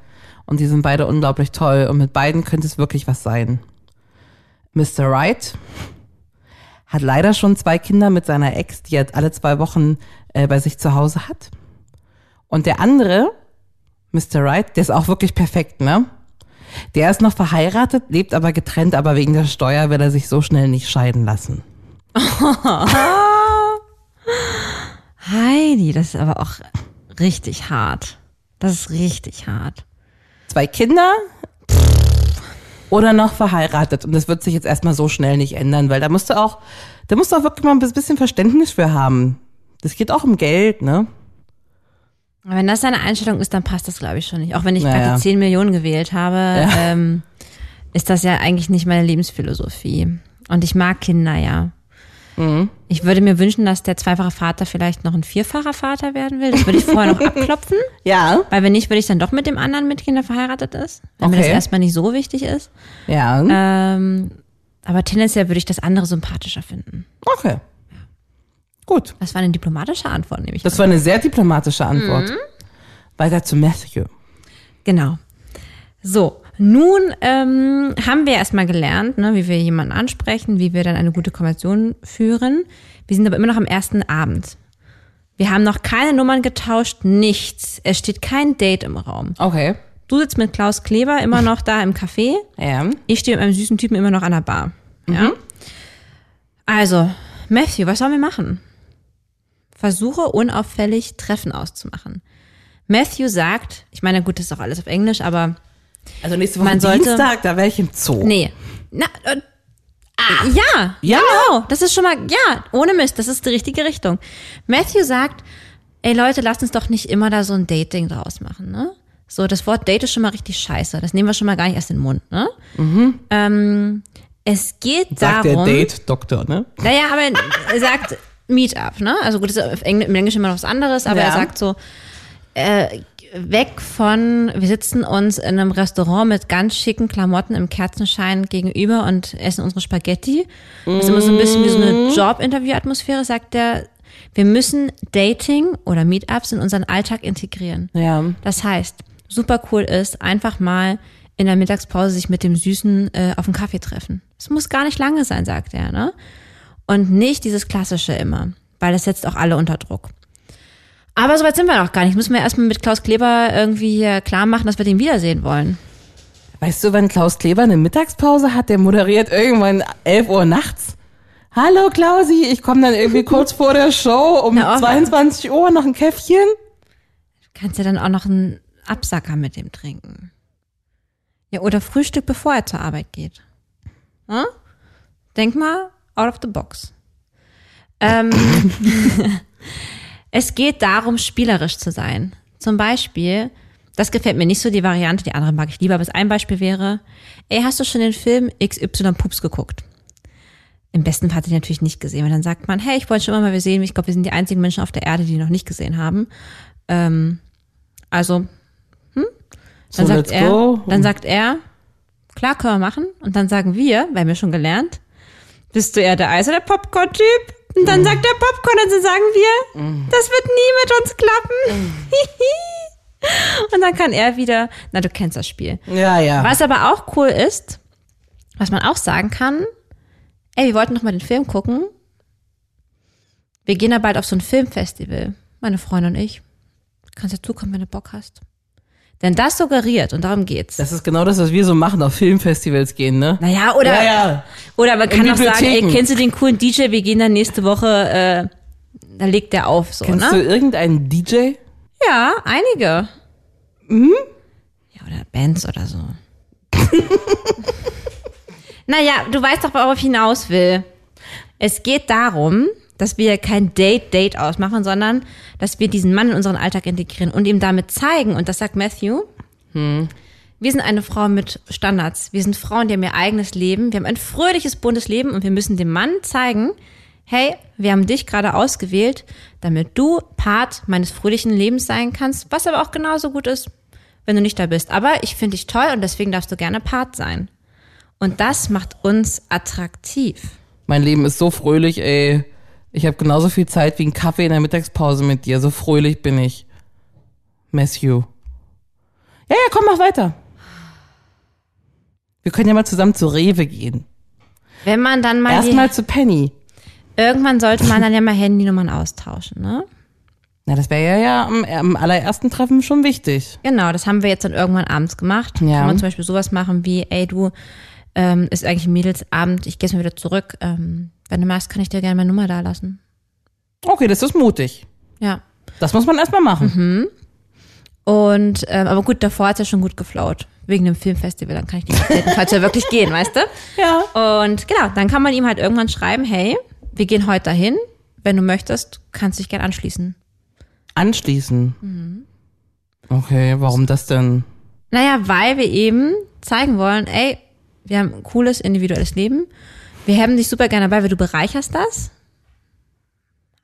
und die sind beide unglaublich toll und mit beiden könnte es wirklich was sein. Mr. Wright hat leider schon zwei Kinder mit seiner Ex, die er alle zwei Wochen äh, bei sich zu Hause hat. Und der andere, Mr. Wright, der ist auch wirklich perfekt, ne? Der ist noch verheiratet, lebt aber getrennt, aber wegen der Steuer will er sich so schnell nicht scheiden lassen. Heidi, das ist aber auch richtig hart. Das ist richtig hart. Zwei Kinder oder noch verheiratet. Und das wird sich jetzt erstmal so schnell nicht ändern, weil da musst du auch, da musst du auch wirklich mal ein bisschen Verständnis für haben. Das geht auch um Geld, ne? Aber wenn das deine Einstellung ist, dann passt das, glaube ich, schon nicht. Auch wenn ich Naja. gerade die 10 Millionen gewählt habe, ähm, ist das ja eigentlich nicht meine Lebensphilosophie. Und ich mag Kinder ja. Ich würde mir wünschen, dass der zweifache Vater vielleicht noch ein vierfacher Vater werden will. Das würde ich vorher noch abklopfen. Ja. Weil wenn nicht, würde ich dann doch mit dem anderen mit Kinder verheiratet ist. Wenn mir das Okay. erstmal nicht so wichtig ist. Ja. Ähm, aber tendenziell würde ich das andere sympathischer finden. Okay. Gut. Das war eine diplomatische Antwort, nehme ich Das an. war eine sehr diplomatische Antwort. Weiter zu Matthew. Genau. So, nun ähm, haben wir erstmal gelernt, ne, wie wir jemanden ansprechen, wie wir dann eine gute Konversation führen. Wir sind aber immer noch am ersten Abend. Wir haben noch keine Nummern getauscht, nichts. Es steht kein Date im Raum. Okay. Du sitzt mit Klaus Kleber immer noch da im Café. Ja. Ich stehe mit einem süßen Typen immer noch an der Bar. Ja? Also, Matthew, was sollen wir machen? Versuche unauffällig Treffen auszumachen. Matthew sagt, ich meine, gut, das ist auch alles auf Englisch, aber Also nächste Woche Man sollte- Dienstag, da wäre ich im Zoo. nee. Na, äh, ah, ja, Ja? genau. Das ist schon mal, ja, ohne Mist, das ist die richtige Richtung. Matthew sagt, ey Leute, lasst uns doch nicht immer da so ein Dating draus machen, ne? So, das Wort Date ist schon mal richtig scheiße. Das nehmen wir schon mal gar nicht erst in den Mund, ne? Ähm, es geht Mhm. Sagt darum. der Date-Doktor, ne? Naja, aber er sagt Meetup, ne? Also gut, das ist auf Engl im Englischen immer noch was anderes, aber Ja. er sagt so, äh, weg von, wir sitzen uns in einem Restaurant mit ganz schicken Klamotten im Kerzenschein gegenüber und essen unsere Spaghetti. Das ist immer so ein bisschen wie so eine Job-Interview-Atmosphäre, sagt er, wir müssen Dating oder Meetups in unseren Alltag integrieren. Ja. Das heißt, super cool ist, einfach mal in der Mittagspause sich mit dem Süßen äh, auf einen Kaffee treffen. Es muss gar nicht lange sein, sagt er, ne? Und nicht dieses Klassische immer, weil das setzt auch alle unter Druck. Aber soweit sind wir noch gar nicht. Müssen wir erstmal mit Klaus Kleber irgendwie hier klar machen, dass wir den wiedersehen wollen. Weißt du, wenn Klaus Kleber eine Mittagspause hat, der moderiert irgendwann 11 Uhr nachts. Hallo Klausi, ich komme dann irgendwie kurz vor der Show um Na, oh. auch- 22 Uhr noch ein Käffchen. Kannst ja dann auch noch einen Absacker mit dem trinken. Ja, oder Frühstück, bevor er zur Arbeit geht. Hm? Denk mal out of the box. Ähm, es geht darum, spielerisch zu sein. Zum Beispiel, das gefällt mir nicht so, die Variante, die andere mag ich lieber, aber das ein Beispiel wäre, ey, hast du schon den Film XY Pups geguckt? Im besten Fall hat er ihn natürlich nicht gesehen, weil dann sagt man, hey, ich wollte schon immer mal wir sehen, ich glaube, wir sind die einzigen Menschen auf der Erde, die ihn noch nicht gesehen haben. Ähm, also, hm? Dann So, sagt let's er, go. dann sagt er, klar, können wir machen. Und dann sagen wir, weil wir schon gelernt, bist du eher der Eis- oder Popcorn-Typ? Und Mhm. dann sagt der Popcorn und dann sagen wir, das wird nie mit uns klappen. und dann kann er wieder, na du kennst das Spiel. Ja, ja. Was aber auch cool ist, was man auch sagen kann, ey, wir wollten noch mal den Film gucken. Wir gehen da bald auf so ein Filmfestival, meine Freundin und ich. Kannst dazukommen, wenn du Bock hast. Denn das suggeriert, und darum geht's. Das ist genau das, was wir so machen, auf Filmfestivals gehen, ne? naja, oder, Ja, ja. oder man kann auch sagen, ey, Bibliotheken. kennst du den coolen DJ, wir gehen dann nächste Woche, äh, da legt der auf, so, Kennst du ne? irgendeinen DJ? Ja, einige. Mhm. Ja, oder Bands oder so. naja, du weißt doch, worauf ich hinaus will. Es geht darum, dass wir kein Date-Date ausmachen, sondern dass wir diesen Mann in unseren Alltag integrieren und ihm damit zeigen, und das sagt Matthew, wir sind eine Frau mit Standards. Wir sind Frauen, die haben ihr eigenes Leben. Wir haben ein fröhliches, buntes Leben und wir müssen dem Mann zeigen, hey, wir haben dich gerade ausgewählt, damit du Part meines fröhlichen Lebens sein kannst, was aber auch genauso gut ist, wenn du nicht da bist. Aber ich finde dich toll und deswegen darfst du gerne Part sein. Und das macht uns attraktiv. Mein Leben ist so fröhlich, ey. Ich habe genauso viel Zeit wie ein Kaffee in der Mittagspause mit dir. So fröhlich bin ich. Matthew. Ja, ja, komm, mach weiter. Wir können ja mal zusammen zu Rewe gehen. Wenn man dann mal, die, Erstmal zu Penny. irgendwann sollte man dann ja mal Handynummern austauschen, ne? Na, das wäre ja, ja am, am allerersten Treffen schon wichtig. Genau, das haben wir jetzt dann irgendwann abends gemacht. Ja. Kann man zum Beispiel sowas machen wie, ey du, ähm, ist eigentlich Mädelsabend, ich gehe jetzt mal wieder zurück. Ähm, wenn du magst, kann ich dir gerne meine Nummer da lassen. Okay, das ist mutig. Ja. Das muss man erstmal machen. Mhm. Und, ähm, aber gut, davor hat's ja schon gut geflaut. Wegen dem Filmfestival, dann kann ich nicht updaten, falls wir wirklich gehen, weißt du? Ja. Und genau, dann kann man ihm halt irgendwann schreiben, hey, wir gehen heute dahin. Wenn du möchtest, kannst du dich gern anschließen. Anschließen. Mhm. Okay, warum das denn? Naja, weil wir eben zeigen wollen, ey, wir haben ein cooles individuelles Leben. Wir haben dich super gerne dabei, weil du bereicherst das.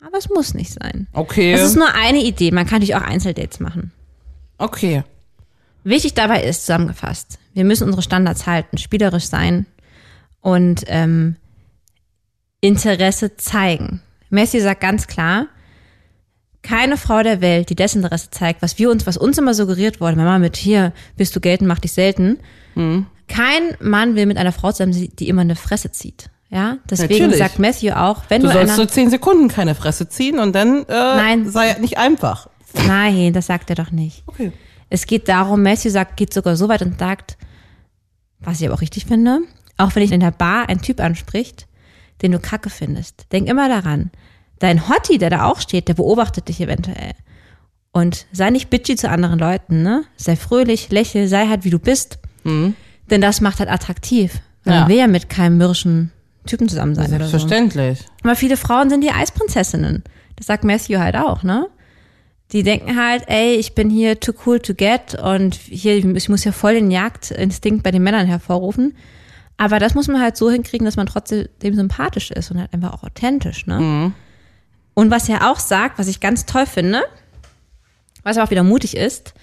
Aber es muss nicht sein. Okay. Das ist nur eine Idee. Man kann natürlich auch Einzeldates machen. okay. Wichtig dabei ist, zusammengefasst, wir müssen unsere Standards halten, spielerisch sein und ähm, Interesse zeigen. Messi sagt ganz klar, keine Frau der Welt, die Desinteresse zeigt, was wir uns, was uns immer suggeriert wurde, Mama mit hier bist du gelten, mach dich selten. Mhm. Kein Mann will mit einer Frau zusammen, sein, die immer eine Fresse zieht. Ja, deswegen Natürlich. sagt Matthew auch, wenn Du du, sollst einer, so zehn Sekunden keine Fresse ziehen und dann äh, Nein. sei nicht einfach. nein, das sagt er doch nicht. Okay. Es geht darum, Matthew sagt, geht sogar so weit und sagt, was ich aber auch richtig finde, auch wenn dich in der Bar ein Typ anspricht, den du kacke findest, denk immer daran, dein Hottie, der da auch steht, der beobachtet dich eventuell. Und sei nicht bitchy zu anderen Leuten, ne? Sei fröhlich, lächel, sei halt wie du bist. Denn das macht halt attraktiv. Man Ja. will ja mit keinem mürrischen Typen zusammen sein. Oder so. Selbstverständlich. Aber viele Frauen sind die Eisprinzessinnen. Das sagt Matthew halt auch, ne? Die denken halt, ey, ich bin hier too cool to get und hier, ich muss ja voll den Jagdinstinkt bei den Männern hervorrufen. Aber das muss man halt so hinkriegen, dass man trotzdem sympathisch ist und halt einfach auch authentisch, ne? Mhm. Und was er auch sagt, was ich ganz toll finde, was aber auch wieder mutig ist,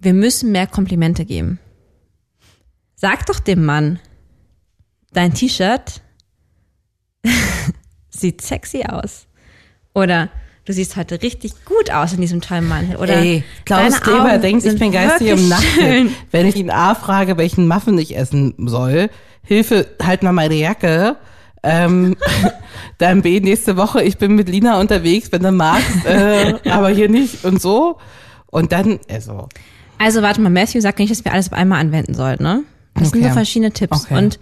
wir müssen mehr Komplimente geben. Sag doch dem Mann, dein T-Shirt sieht sexy aus. Oder du siehst heute richtig gut aus in diesem tollen Mann. Oder Ey, Klaus deine Kleber Augen denkt, ich sind bin geistig wirklich im Nacken. schön. Wenn ich ihn A frage, welchen Muffin ich essen soll, Hilfe, halt mal meine Jacke. Ähm, dann B, nächste Woche, ich bin mit Lina unterwegs, wenn du magst, äh, aber hier nicht und so. Und dann, also, Also warte mal, Matthew sagt nicht, dass wir alles auf einmal anwenden sollten, ne? Das sind Okay. so verschiedene Tipps. Okay. Und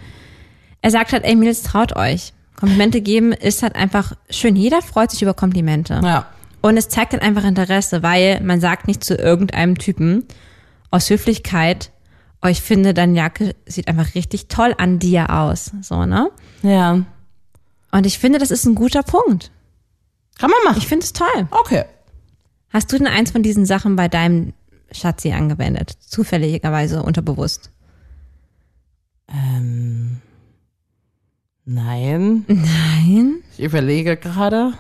er sagt halt, ey Mädels, traut euch. Komplimente geben ist halt einfach schön. Jeder freut sich über Komplimente. ja. Und es zeigt dann einfach Interesse, weil man sagt nicht zu irgendeinem Typen aus Höflichkeit, oh, ich finde, deine Jacke sieht einfach richtig toll an dir aus. So, ne? Ja. Und ich finde, das ist ein guter Punkt. Kann man machen. Ich finde es toll. Okay. Hast du denn eins von diesen Sachen bei deinem Schatzi angewendet? Zufälligerweise unterbewusst. Ähm, Nein. Nein. Ich überlege gerade.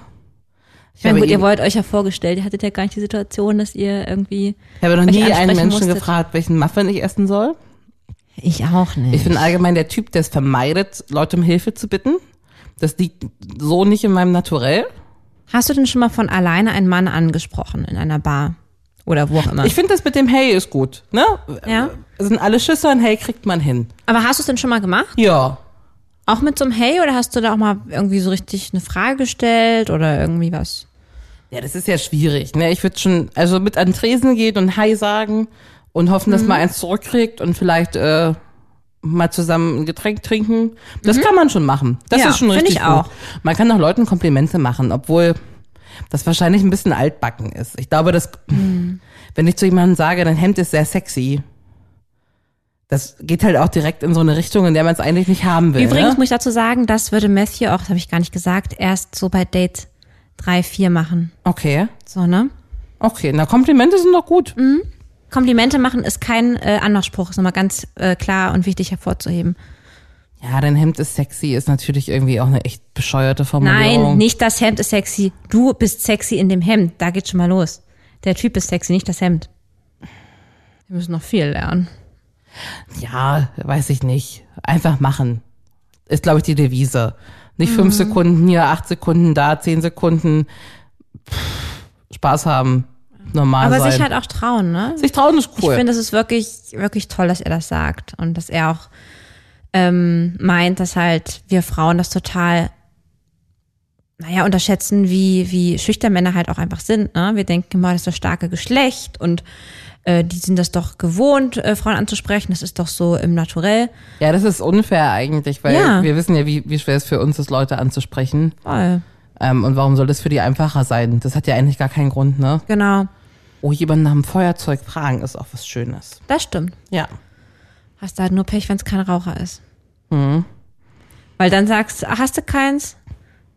Ich Ich meine, habe gut, ihr ihn- wollt euch ja vorgestellt, ihr hattet ja gar nicht die Situation, dass ihr irgendwie. Ich habe noch euch nie einen ansprechen Menschen musstet. gefragt, welchen Muffin ich essen soll. Ich auch nicht. Ich bin allgemein der Typ, der es vermeidet, Leute um Hilfe zu bitten. Das liegt so nicht in meinem Naturell. Hast du denn schon mal von alleine einen Mann angesprochen in einer Bar? Oder wo auch immer? Ich finde das mit dem Hey ist gut. Ne? Ja. Sind alle Schüsse und Hey kriegt man hin. Aber hast du es denn schon mal gemacht? Ja. Auch mit so einem Hey oder hast du da auch mal irgendwie so richtig eine Frage gestellt oder irgendwie was? Ja, das ist ja schwierig. Ne? Ich würde schon, also mit an den Tresen gehen und Hi sagen und hoffen, Mhm. dass man eins zurückkriegt und vielleicht äh, mal zusammen ein Getränk trinken. Das kann man schon machen. Das Mhm. Ja, ist schon find richtig ich auch. gut. Man kann auch Leuten Komplimente machen, obwohl das wahrscheinlich ein bisschen altbacken ist. Ich glaube, dass Mhm. wenn ich zu jemandem sage, dein Hemd ist sehr sexy, das geht halt auch direkt in so eine Richtung, in der man es eigentlich nicht haben will. Übrigens ne? muss ich dazu sagen, das würde Matthew auch, das habe ich gar nicht gesagt, erst so bei Date drei vier machen. okay, So, ne? okay. Na, Komplimente sind doch gut. Komplimente machen ist kein äh, Anmachspruch, ist nochmal ganz äh, klar und wichtig hervorzuheben. Ja, dein Hemd ist sexy, ist natürlich irgendwie auch eine echt bescheuerte Formulierung. Nein, nicht das Hemd ist sexy. Du bist sexy in dem Hemd. Da geht schon mal los. Der Typ ist sexy, nicht das Hemd. Wir müssen noch viel lernen. Ja, weiß ich nicht. Einfach machen. Ist, glaube ich, die Devise. Nicht fünf Mhm. Sekunden hier, acht Sekunden da, zehn Sekunden. Pff, Spaß haben. Normal Aber sein. sich halt auch trauen, ne? sich trauen ist Ich Also cool. finde, es ist wirklich, wirklich toll, dass er das sagt und dass er auch ähm, meint, dass halt wir Frauen das total, naja, unterschätzen, wie, wie schüchtern Männer halt auch einfach sind. Ne? Wir denken immer, das ist das starke Geschlecht und äh, die sind das doch gewohnt, äh, Frauen anzusprechen. Das ist doch so im Naturell. ja, das ist unfair eigentlich, weil Ja. wir wissen ja, wie, wie schwer es für uns ist, Leute anzusprechen. Voll. Ähm, und warum soll das für die einfacher sein? Das hat ja eigentlich gar keinen Grund, ne? Genau. Oh, jemand nach dem Feuerzeug fragen ist auch was Schönes. Das stimmt. Ja. Hast du halt nur Pech, wenn es kein Raucher ist. Weil dann sagst du, "Ah, hast du keins?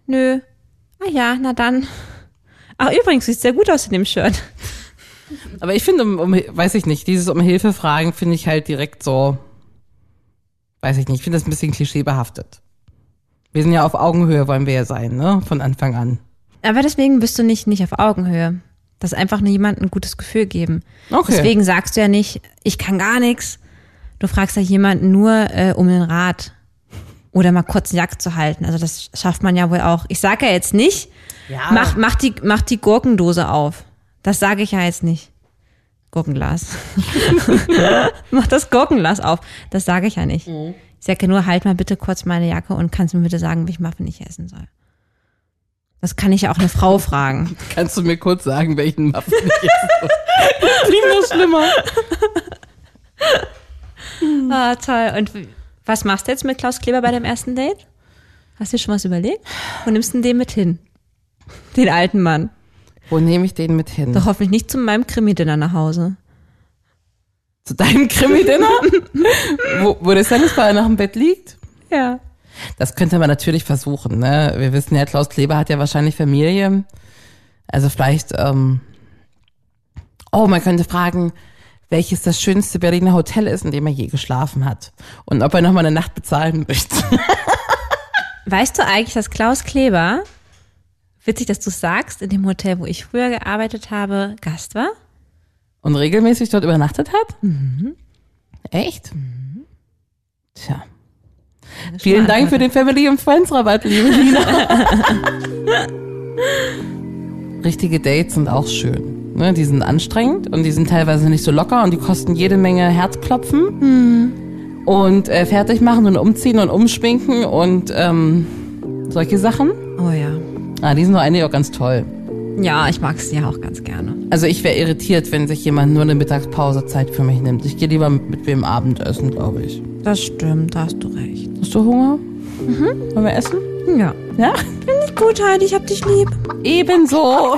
Nö. Ah ja, na dann. Ach, übrigens, sieht sehr gut aus in dem Shirt. Aber ich finde, um, um, weiß ich nicht, dieses um Hilfe fragen finde ich halt direkt so, weiß ich nicht, ich finde das ein bisschen klischeebehaftet. Wir sind ja auf Augenhöhe, wollen wir ja sein, ne? Von Anfang an. Aber deswegen bist du nicht, nicht auf Augenhöhe. Das ist einfach nur jemandem ein gutes Gefühl geben. Okay. Deswegen sagst du ja nicht, ich kann gar nichts. Du fragst ja jemanden nur äh, um den Rat. Oder mal kurz einen Jagd zu halten. Also das schafft man ja wohl auch. Ich sage ja jetzt nicht, Ja. mach, mach, die, mach die Gurkendose auf. Das sage ich ja jetzt nicht. Gurkenglas. mach das Gurkenglas auf. Das sage ich ja nicht. Mhm. Ich sage ja nur, halt mal bitte kurz meine Jacke und kannst mir bitte sagen, wie ich Muffin ich essen soll. Das kann ich ja auch eine Frau fragen. Kannst du mir kurz sagen, welchen Muffin ich esse? Das Klingt noch schlimmer. Ah, toll. Und w- was machst du jetzt mit Klaus Kleber bei dem ersten Date? Hast du dir schon was überlegt? Und nimmst denn den mit hin? Den alten Mann. Wo nehme ich den mit hin? Doch hoffentlich nicht zu meinem Krimi-Dinner nach Hause. Zu deinem Krimi-Dinner? wo, wo der Satisfier noch im Bett liegt? Ja. Das könnte man natürlich versuchen. Ne? Wir wissen ja, Klaus Kleber hat ja wahrscheinlich Familie. Also vielleicht, ähm, oh, man könnte fragen, welches das schönste Berliner Hotel ist, in dem er je geschlafen hat. Und ob er nochmal eine Nacht bezahlen möchte. Weißt du eigentlich, dass Klaus Kleber, witzig, dass du es sagst, in dem Hotel, wo ich früher gearbeitet habe, Gast war? Und regelmäßig dort übernachtet hat? Echt? Tja. Vielen Dank für den Family und Friends Rabatt, liebe Nina. Richtige Dates sind auch schön. Ne? Die sind anstrengend und die sind teilweise nicht so locker und die kosten jede Menge Herzklopfen. Und äh, fertig machen und umziehen und umschminken und ähm, solche Sachen. Oh ja. Ah, die sind nur eigentlich auch ganz toll. Ja, ich mag es ja auch ganz gerne. Also ich wäre irritiert, wenn sich jemand nur eine Mittagspause Zeit für mich nimmt. Ich gehe lieber mit wem Abendessen, glaube ich. Das stimmt, da hast du recht. Hast du Hunger? Mhm. Wollen wir essen? Ja. Ja? Gut, Heidi, ich hab dich lieb. Ebenso.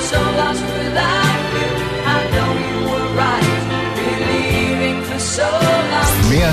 so lost without you. I know you were right. Believing for so long. Mehr